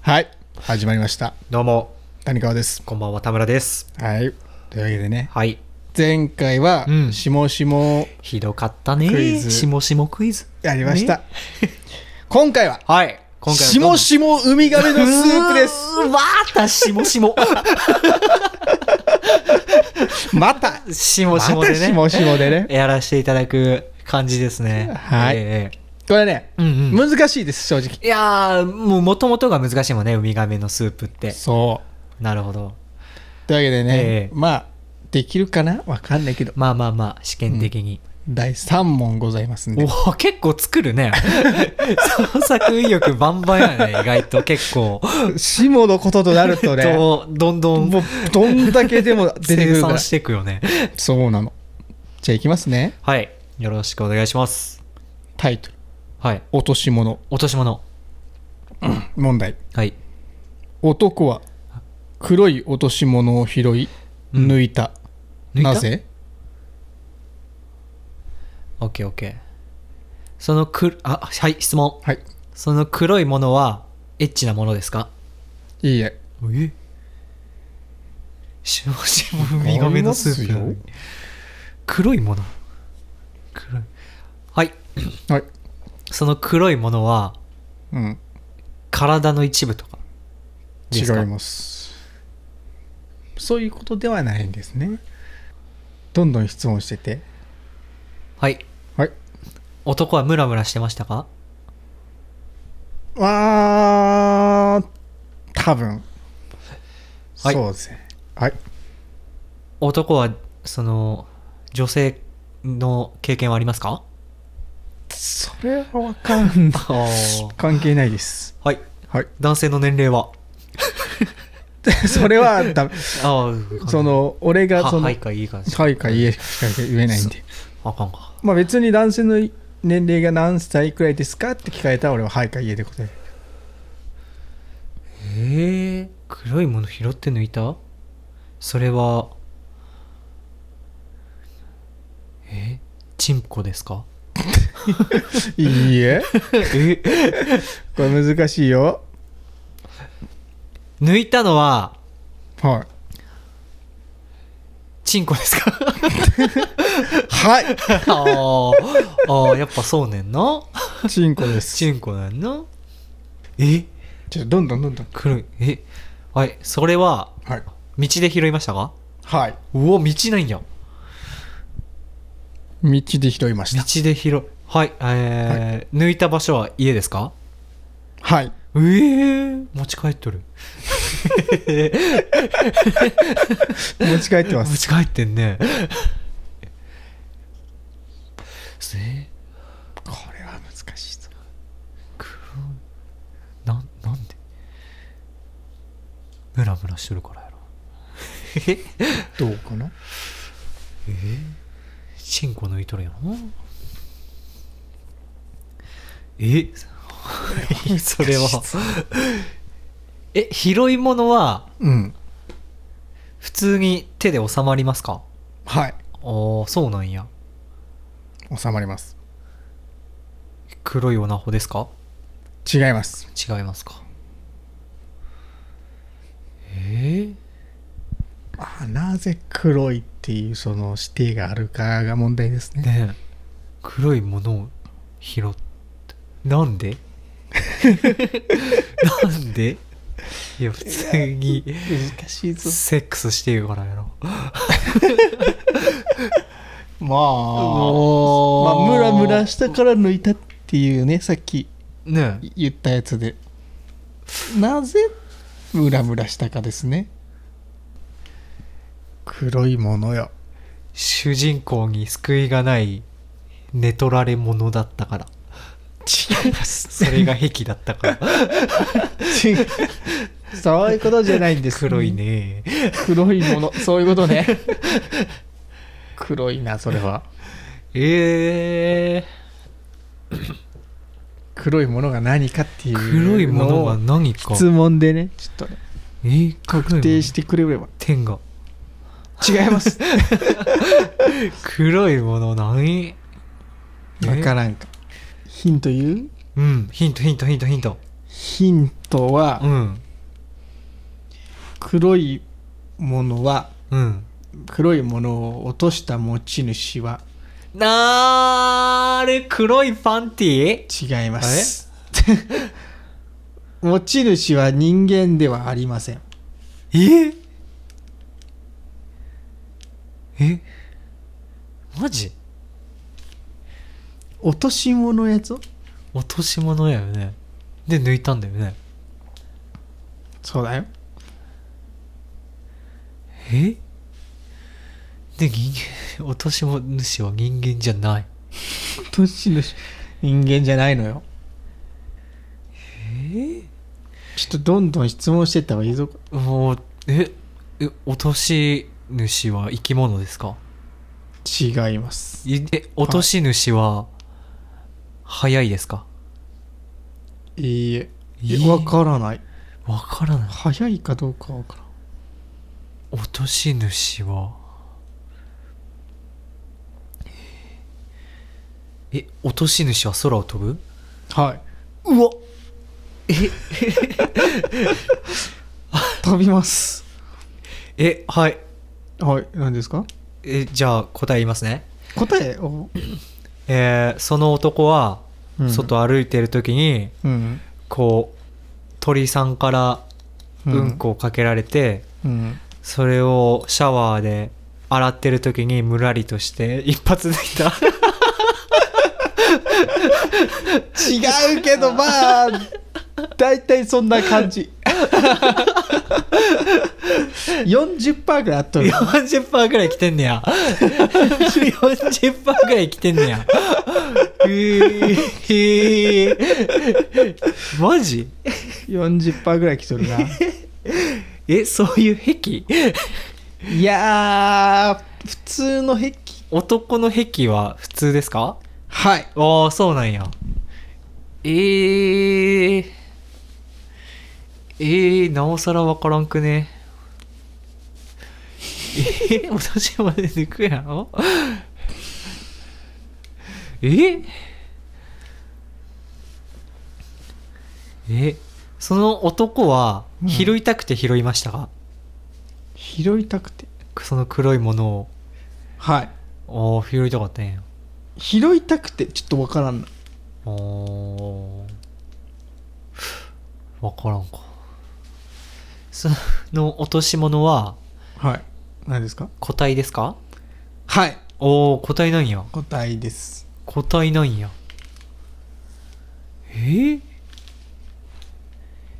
はい始まりましたどうも、谷川ですこんばんは、田村です。はいというわけでねはい。前回はうんしもしもひどかったクイね。ズしもしもクイズ。やりました、ね今回ははい。今回はしもしもウミガメのスープ ですうーわーた、しもしも。またしもしもまでたね。しもしもでねやらせていただく感じですね。はいえこれね、えうんうん。難しいです正直いやー、もう元々が難しいもんね、ウミガメのスープって。そうなるほど。というわけでね、ええまあできるかなわかんないけどまあまあまあ、試験的に。第3問ございますんおでお結構作るね。 創作意欲バンバンやね、意外と結構。しものこととなるとねと、どんどんもうどんだけでも出てくる生から産していくよね。そうなのじゃあいきますねはい。よろしくお願いします。タイトルはい。落とし物落とし物。問題はい。男は黒い落とし物を拾いうん抜いた、抜いたなぜオッケーオッケー。そのく、あ、はい、質問。はいその黒いものは、エッチなものですかいいええしもしもウミガメのスープなのあにりま黒いもの黒い。はい。はいその黒いものは、うん体の一部とか違ですかいますそういうことではないんですねどんどん質問しててはい。はい男はムラムラしてましたかあー多分はいそうですねはい男はその女性の経験はありますかそれはわかんない関係ないですはいはい 男性の年齢はそれはダメあその俺がそのはいかいい感じはいか家しか言えないんであかんかまあ別に男性の年齢が何歳くらいですかって聞かれたら俺ははいか家で答えるへえ黒いもの拾って抜いたそれはえチンコですか いいええこれ難しいよ抜いたのははチンコですかい はあー あーやっぱそうねんないチンコですチンコなんなえじゃあどんどんどんどん黒いえはいそれははい道で拾いましたかはいうわ道ないんや道で拾いまし道たで拾いはいえー抜いた場所は家ですかはいえー、持ち帰っとる持ち帰ってま持すち帰ってん ねえ これは難しいぞ黒いなんなんでムラムラしてるからやろえどうかなチンコ抜いとるやろえ それはえ拾い物はうん普通に手で収まりますかはいああそうなんや収まります黒いオナホですか違います違いますかえあなぜ黒いっていうその指定があるかが問題ですえねねえ黒いものを拾ってなん でなんでいや普通に 難しいぞセックスしてるからやろまあまあもムラムラしたから抜いたっていうねさっきねえ言ったやつでなぜムラムラしたかですね黒いものよ 主人公に救いがない寝取られ者だったから違いますそれが癖だったからそういうことじゃないんです黒いね黒いものそういうことね黒いなそれはええ黒いものが何かっていう黒いものが何か質問でねちょっとねえー、確否定してくれれば点が違います黒いもの何 わかららんかヒント言ううんヒントヒントヒントヒントヒンとは、うん黒いものはうん黒いものを落とした持ち主はなーれ黒いパンティ違います。 持ち主は人間ではありません。ええマジ落とし物やつを落とし物やよねで抜いたんだよねそうだよ。えで人間 落とし物主は人間じゃない落とし主、人間じゃないのよ。えちょっとどんどん質問してった方がいいぞ。もうええ落とし主は生き物ですか違います。いえ落とし主は早いですかいいえいい。えわからない。わからない早いかどうかわからん。落とし主はえ落とし主は空を飛ぶはい。うわ飛びます。えはいはい。何ですかえじゃあ答え言いますね答えを。えーその男はうん外歩いてる時に、うん。こう鳥さんからうんこをかけられて、うん。それをシャワーで洗ってる時にむらりとして一発抜いた違うけどまあ大体そんな感じ40%ぐらいあっとる40%ぐらい来てんねや40%ぐらい来てんねやえー、えー、マジ40%ぐらい来とるなえそういう癖いやー普通の壁男の癖は普通ですかはいああそうなんやえー、えー、なおさらわからんくねえ ー、落としまで抜くやろえー、えその男はうん拾いたくて拾いましたか、拾いたくてその黒いものはいをああ拾いたかったんや拾いたくてちょっとわからんなおわからんかその落とし物ははい何ですか個体ですかはいおお個体なんや答えです個体なんやえー、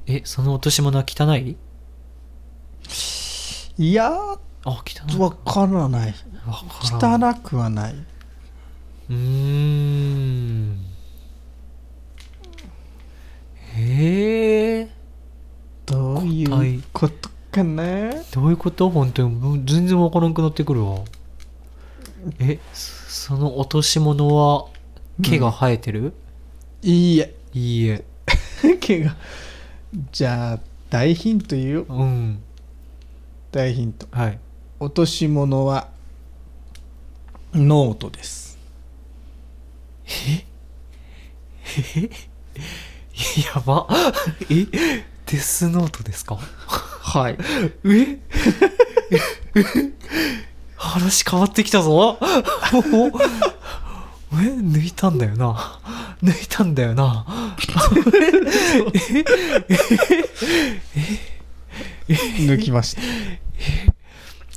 えその落とし物は汚いいやーあ汚いわからないわから汚んくはないうーんえー、どういうことかなどういうこと本当にもう全然わからんくなってくるわえそその落とし物は毛が生えてる、いい えいいえ毛がじゃあ大ヒント言うようん大ヒントはい落とし物はノートです やばえデスノートですかはいえ話変わってきたぞもうえ抜いたんだよな抜いたんだよなえ 抜きました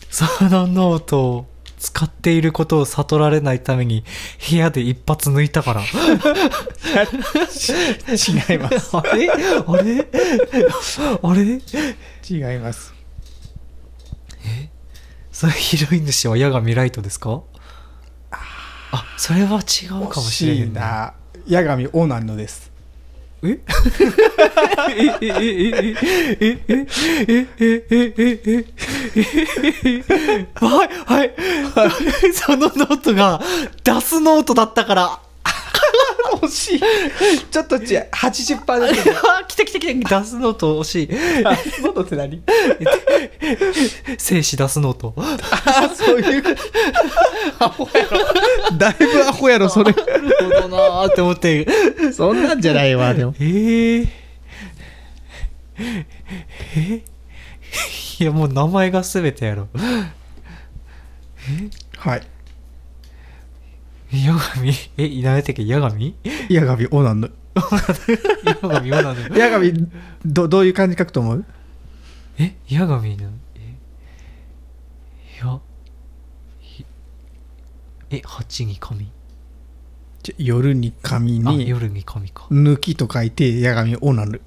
そのノートを使っていることを悟られないために部屋で一発抜いたから。違います あれあれあ れ違いますそれヒロイン主は矢神ライトですかあ、それは違うかもしれへ惜しんい。な八神オナンのですえええええええええええええええはいはいそのノートが出すノートだったから惜しいちょっと違う80%だけあ来た来た来た出すノート惜しいあノートって何生死出すノートあそういう アホや ろだいぶアホやろそれなるほどなーって思ってそんなんじゃないわでもえー、えいやもう名前が全てやろはいヤガミ え稲て家ヤガ ミ矢神オナのヤガミオナの 矢神どどういう感じ書くと思うえヤガミのえやひえ八に神ちょ夜に神あに夜に神か 抜きと書いて矢神オナヌ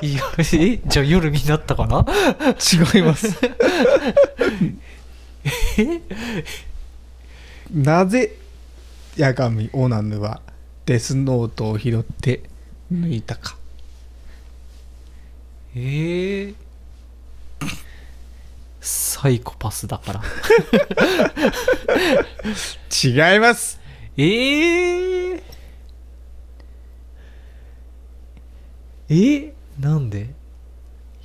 いやえじゃあ夜になったかな 違います なぜ矢神オナヌはデスノートを拾って抜いたかえー、サイコパスだから 違いますえええなんで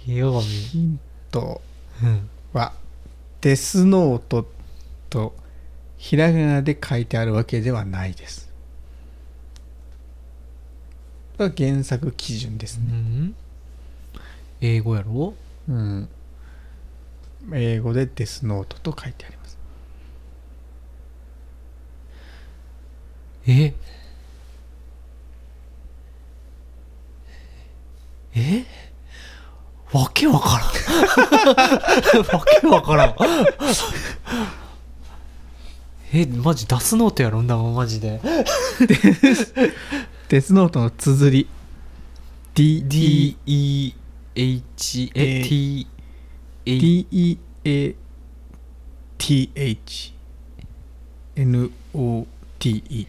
ヤガミヒントうんはデスノートとひらがなで書いてあるわけではないです。これは原作基準ですうね。ん英語やろうん、英語でデスノートと書いてあります。ええわけわからん わけわからんえマジ出すノートやろんなもんマジでデスノートの綴り D D-E-H え T H D E A T H N O T E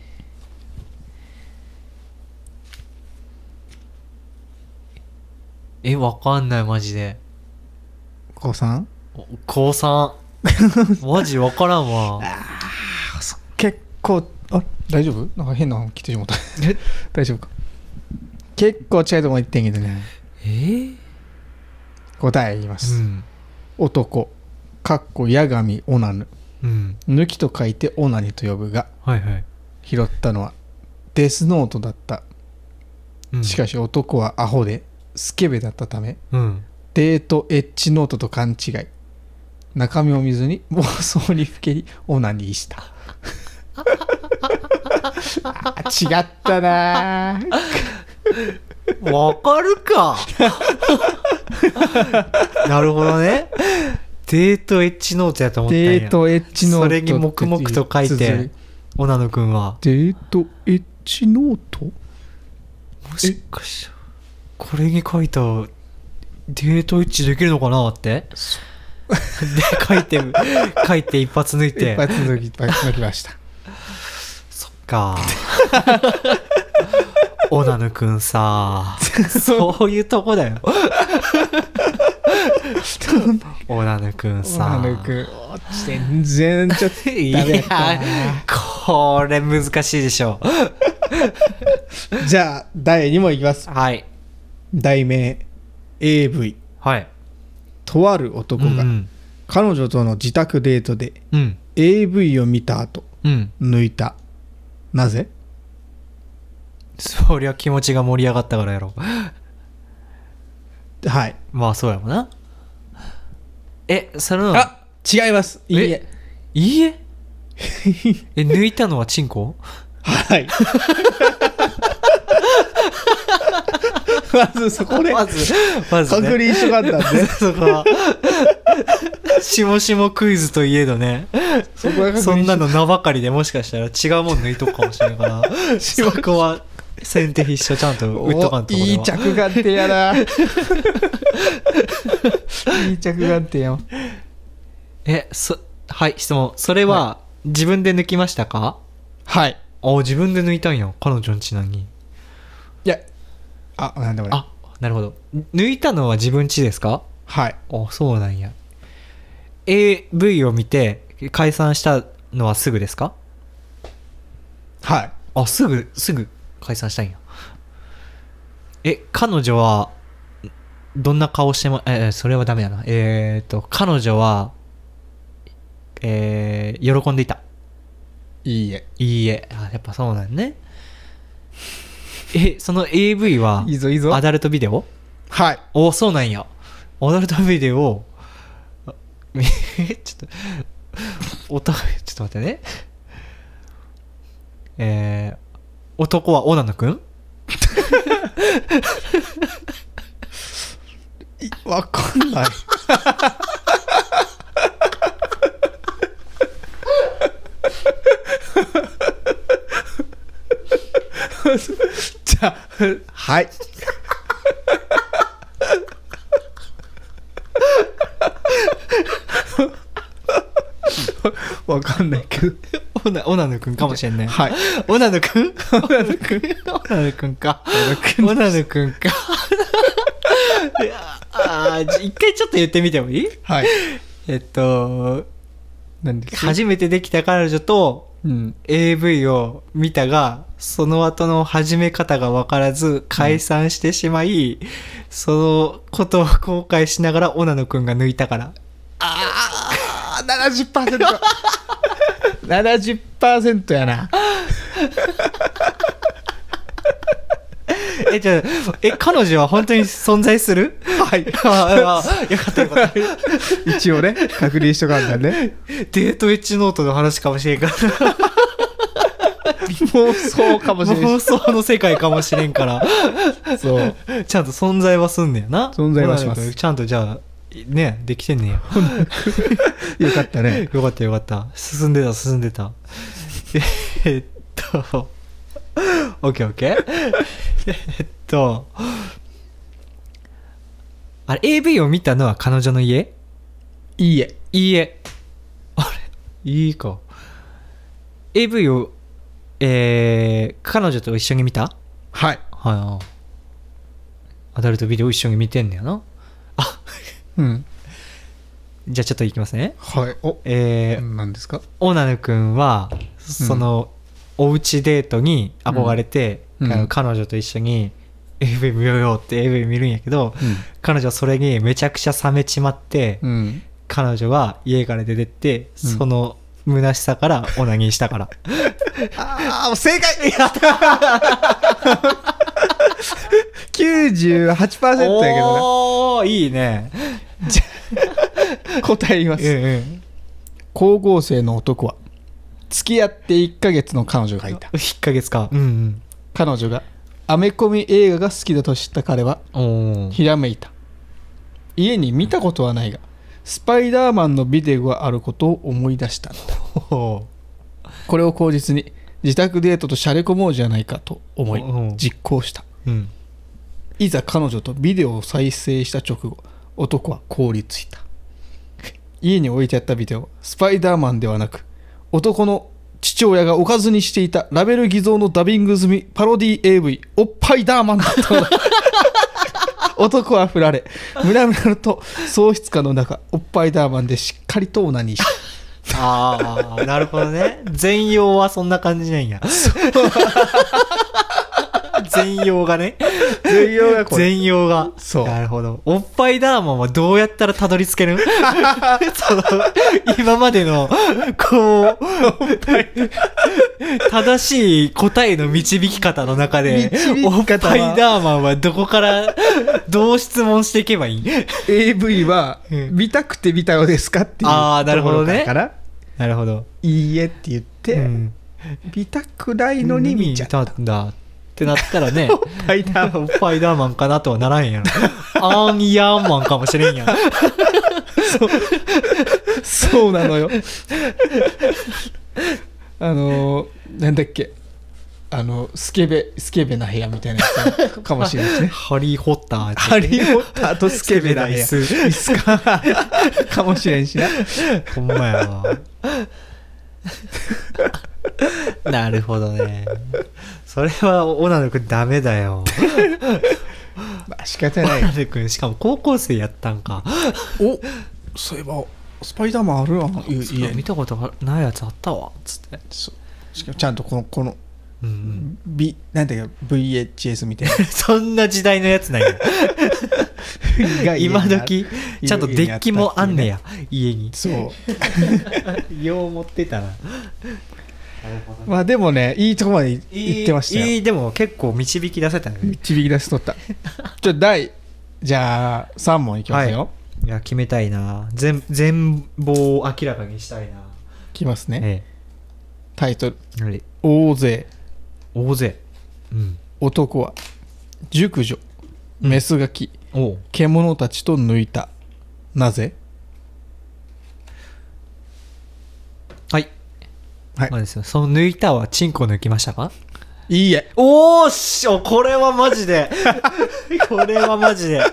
えわかんないマジで高さんお高三マジわからんわ結構あ大丈夫なんか変なの来てしまったえ 大丈夫か結構近いとこまで行ってんけどねえー、答え言いまうす、ん男かっこ矢神オナヌうん抜きと書いてオナニと呼ぶがはいはい、拾ったのはデスノートだったうん、しかし男はアホでスケベだったためうんデートエッジノートと勘違い中身を見ずに妄想にふけりオナニーした あー違ったなーわかるか なるほどね。デートエッジノートやと思ったんや。デートエッジノートそれに黙々と書いて、オナノ君は。デートエッジノートもしかしたら、これに書いた、デートエッジできるのかなってで、書いて、書いて一発抜い一て。発抜き一発抜きましたそっか。 オナノ君さ、そういうとこだよ。オナノ君 さ。オナヌ君全然ちょっといダメややったなこれ難しいでしょ じゃあ第2問いきますはい題名 AV はいとある男うんうがん彼女との自宅デートでうん AV を見た後うん抜いたなぜそりゃ気持ちが盛り上がったからやろはいまあそうやろなえそのあ違いますいいえいいえ え抜いたのはチンコはい まずそこでま確ずまず、ね、認しとかんだんで そこはしもしもクイズといえどねそこは確認しそんなの名ばかりでもしかしたら違うもん抜いとくかもしれ んからそこは先手必勝ちゃんと打っとかんとおこれいはい着眼点やな いい着眼点やわえ、そ、はい、質問。それは、自分で抜きましたかはいあ、自分で抜いたんや。彼女のちなに。いやあなんでもないあ、なるほど。抜いたのは自分ちですかはいあ、そうなんや。AV を見て、解散したのはすぐですかはいあ、すぐ、すぐ解散したんや。え、彼女は、どんな顔しても、えー、それはダメだな。えーと、彼女は、えー、喜んでいた。いいえいいえあやっぱそうなんねえ、その AV はいいぞいいぞアダルトビデオはいおそうなんや。アダルトビデオ、あえ ちょっと、おた、ちょっと待ってね。えー、男はオナナくんいわかん ないじゃあはいわかんないけどオナ、オナナくんかもしれんね。はいオナヌくんオナヌくんオナヌくんか。オナヌくん か。いやあーじ一回ちょっと言ってみてもいいはいえっと、何です初めてできた彼女とうん AV を見たが、その後の始め方がわからず解散してしまい、そのことを後悔しながらオナヌくんが抜いたから。あー 70%70% 70%やなえ、じゃあ、え、彼女は本当に存在するはいあーよかったよかった。一応ね確認しとかんだねデートエッジノートの話かもしれんから。妄想かもしれな妄い想の世界かもしれんから。しそうちゃんと存在はすんねやな。存在はします女の子ちゃんとじゃあ、ね、できてんねや。よかったねよかったよかった。進んでた、進んで た。えっと、オッケーオッケー。えっと、あれ、AV を見たのは彼女の家いいえいいえ。あれいいか。AV を、えー、彼女と一緒に見たはいはい。アダルトビデオ一緒に見てんねやな。あ、うんじゃあちょっといきますね。はいおえー、何ですかオナヌ君は、その、おうちデートに憧れて、うんあのうん彼女と一緒に AV 見ようよって AV 見るんやけど、彼女はそれにめちゃくちゃ冷めちまって、うんうん彼女は家から出てって、うんその虚しさからオナニーした から。ああ正解やった98%やけどおー、いい ね。な答え言いまうんうすん。高校生の男は付き合って1ヶ月の彼女がいた1ヶ月か。うん彼女がアメコミ映画が好きだと知った彼はうん。おー。ひらめいた家に見たことはないがスパイダーマンのビデオがあることを思い出したのだおー これを口実に自宅デートとしゃれ込もうじゃないかと思いうん実行したうん。いざ彼女とビデオを再生した直後男は凍りついた家に置いてあったビデオはスパイダーマンではなく男の父親がおかずにしていたラベル偽造のダビング済みパロディ AV おっぱいダーマンだったのだ 男は振られムラムラと喪失感の中おっぱいダーマンでしっかりとオナニーしたああ、なるほどね。全容はそんな感じなんや。全容がね。全容がこれ全容が。そうなるほど。おっぱいダーマンはどうやったらたどり着けるその、今までの、こう、正しい答えの導き方の中で導、き方はおっぱいダーマンはどこから、どう質問していけばいい AV はうん見たくて見たようですかっていうあーなるほどねところからなるほど。いいえって言って、うん見たくないのに見ちゃったたんだってなったら ねスパイダーマンおっぱいダーマンかなとはならんや ろアンヤーマンかもしれん やんそうなのよあのーなんだっけあのスケベスケベな部屋みたいなやつかもしれないしねハリー・ホッター ハリー・ー・ポッターとスケベな部屋スケベな椅子か かもしれんしなほんまや わなるほどねそれはオナヌくんダメだよ まあ仕方オないナヌくんしかも高校生やったんか おそういえばスパイダーマンあるわいうそう家見にたことないやつあったわつってそうしかもちゃんとこのこのうんうん、 B なんだっけ VHS みたいなそんな時代のやつなん や今時ちゃんとデッキもあんねや家にそう よう持ってたななるほどまあでもねいいとこまでい行ってましたよいいいいでも結構導き出せたね導き出しとった ちょ第じゃあ3問いきますよ、はいいや決めたいな全全貌を明らかにしたいないきますね、えタイトルえはい「大勢大勢うん男は熟女メスガキおう獣たちと抜いたなぜ?はいはいまあですよその抜いたはチンコ抜きましたか」いい えおーしおこれはマジ でこれはマジで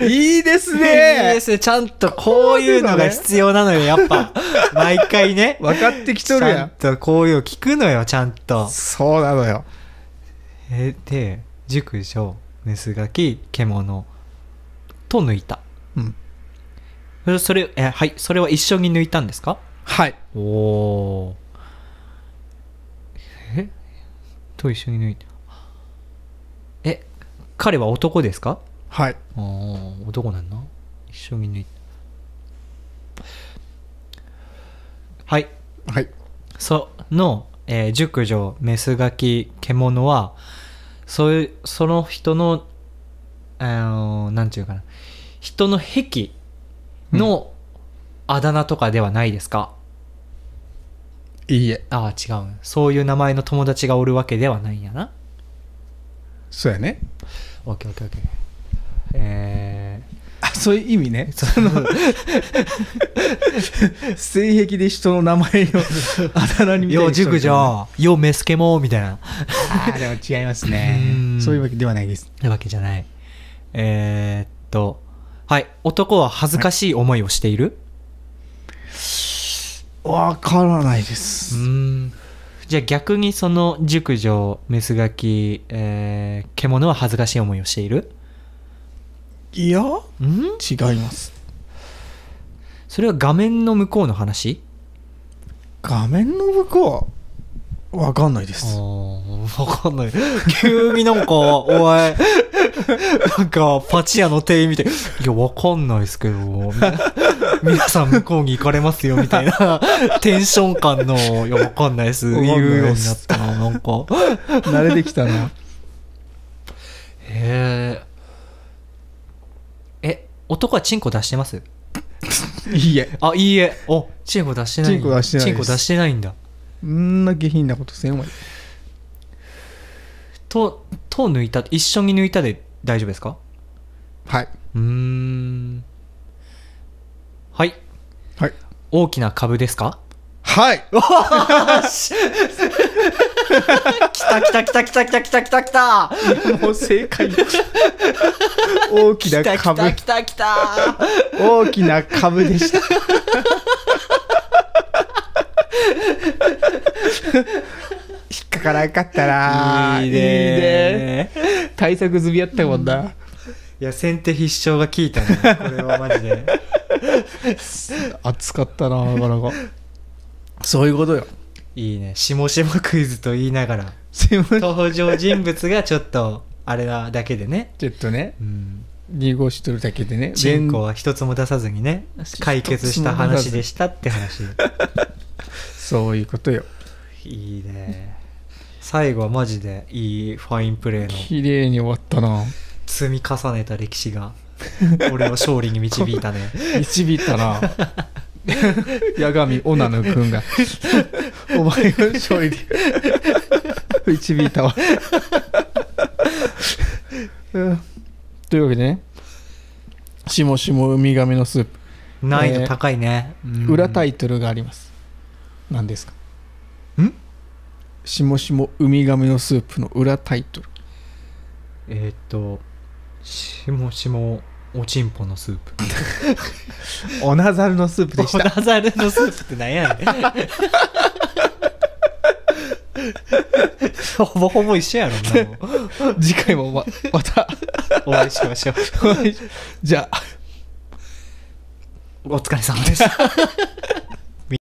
いいですいいですねちゃんとこういうのが必要なのよやっ ぱ毎回ね分かってきちとるゃやんんとこういうの聞くのよちゃんとそうなのよえーで熟女メスガキ獣と抜いたうんそれそれえはいそれは一緒に抜いたんですかはいおおえと一緒に抜いたえ彼は男ですかはいあー男なんだ一緒に抜いたはいはいその、えー熟女メスガキ獣はそういうその人のあのなんていうかな人の癖のあだ名とかではないですか、いいえああ違うそういう名前の友達がおるわけではないんやなそうやね OKOKOK えあそういう意味ねー、 その性癖で人の名前をあだ名にみたいよにしと熟るからね女よメスケモみたいなあーでも違いますうねんそういうわけではないですってわけじゃないえー、っとはい男は恥ずかしい思いをしている、わからないでうすーんじゃあ逆にその熟女メスガキ、えー獣は恥ずかしい思いをしているいやん違いますそれは画面の向こうの話画面の向こうわかんないであすーわかんない急になんかお前なんかパチ屋の店員みたいいやわかんないですけどみたいな皆さん向こうに行かれますよみたいなテンション感のいやわかんないですわかんない言うようでになっすたななんか慣れてきたなへえ。え、男はチンコ出してます いいえあ、いいえ。お、チンコ出してない。チンコ出してないチですンコ出してないんだ。んな下品なことせんわと、と抜いた、一緒に抜いたで大丈夫ですかはいうーん。はい。はい大きな株ですかはい来た来た来た来た来た来た来た来た もう正解 大きな株来た来た大きな株で した引っかからんかったないいいいねね対策済みやったもんな、いや先手必勝が効いたねこれはマジで暑かったななかなかそういうことよ いいねしもしもクイズと言いながらすいませんちょ登場人物がちょっとあれなだけでね、っとねうん、濁しとるだけでねチンコは一つも出さずにね解決した話でしたって話そういうことよいいね最後はマジでいいファインプレーの綺麗に終わったな積み重ねた歴史が俺を勝利に導いた ね導いたな八神オナヌ君がお前の勝利で導いたわうんというわけでねしもしもウミガメのスープ難易度高いね、うん裏タイトルがあります何ですかんしもしもウミガメのスープの裏タイトルえーっとしもしもおちんぽのスー プオナザルのスープでしオたナザルのスープってなんや ねんほぼほぼ一緒やろなもう 次回もまま たお会いしましょう。じゃあお疲れ様でした。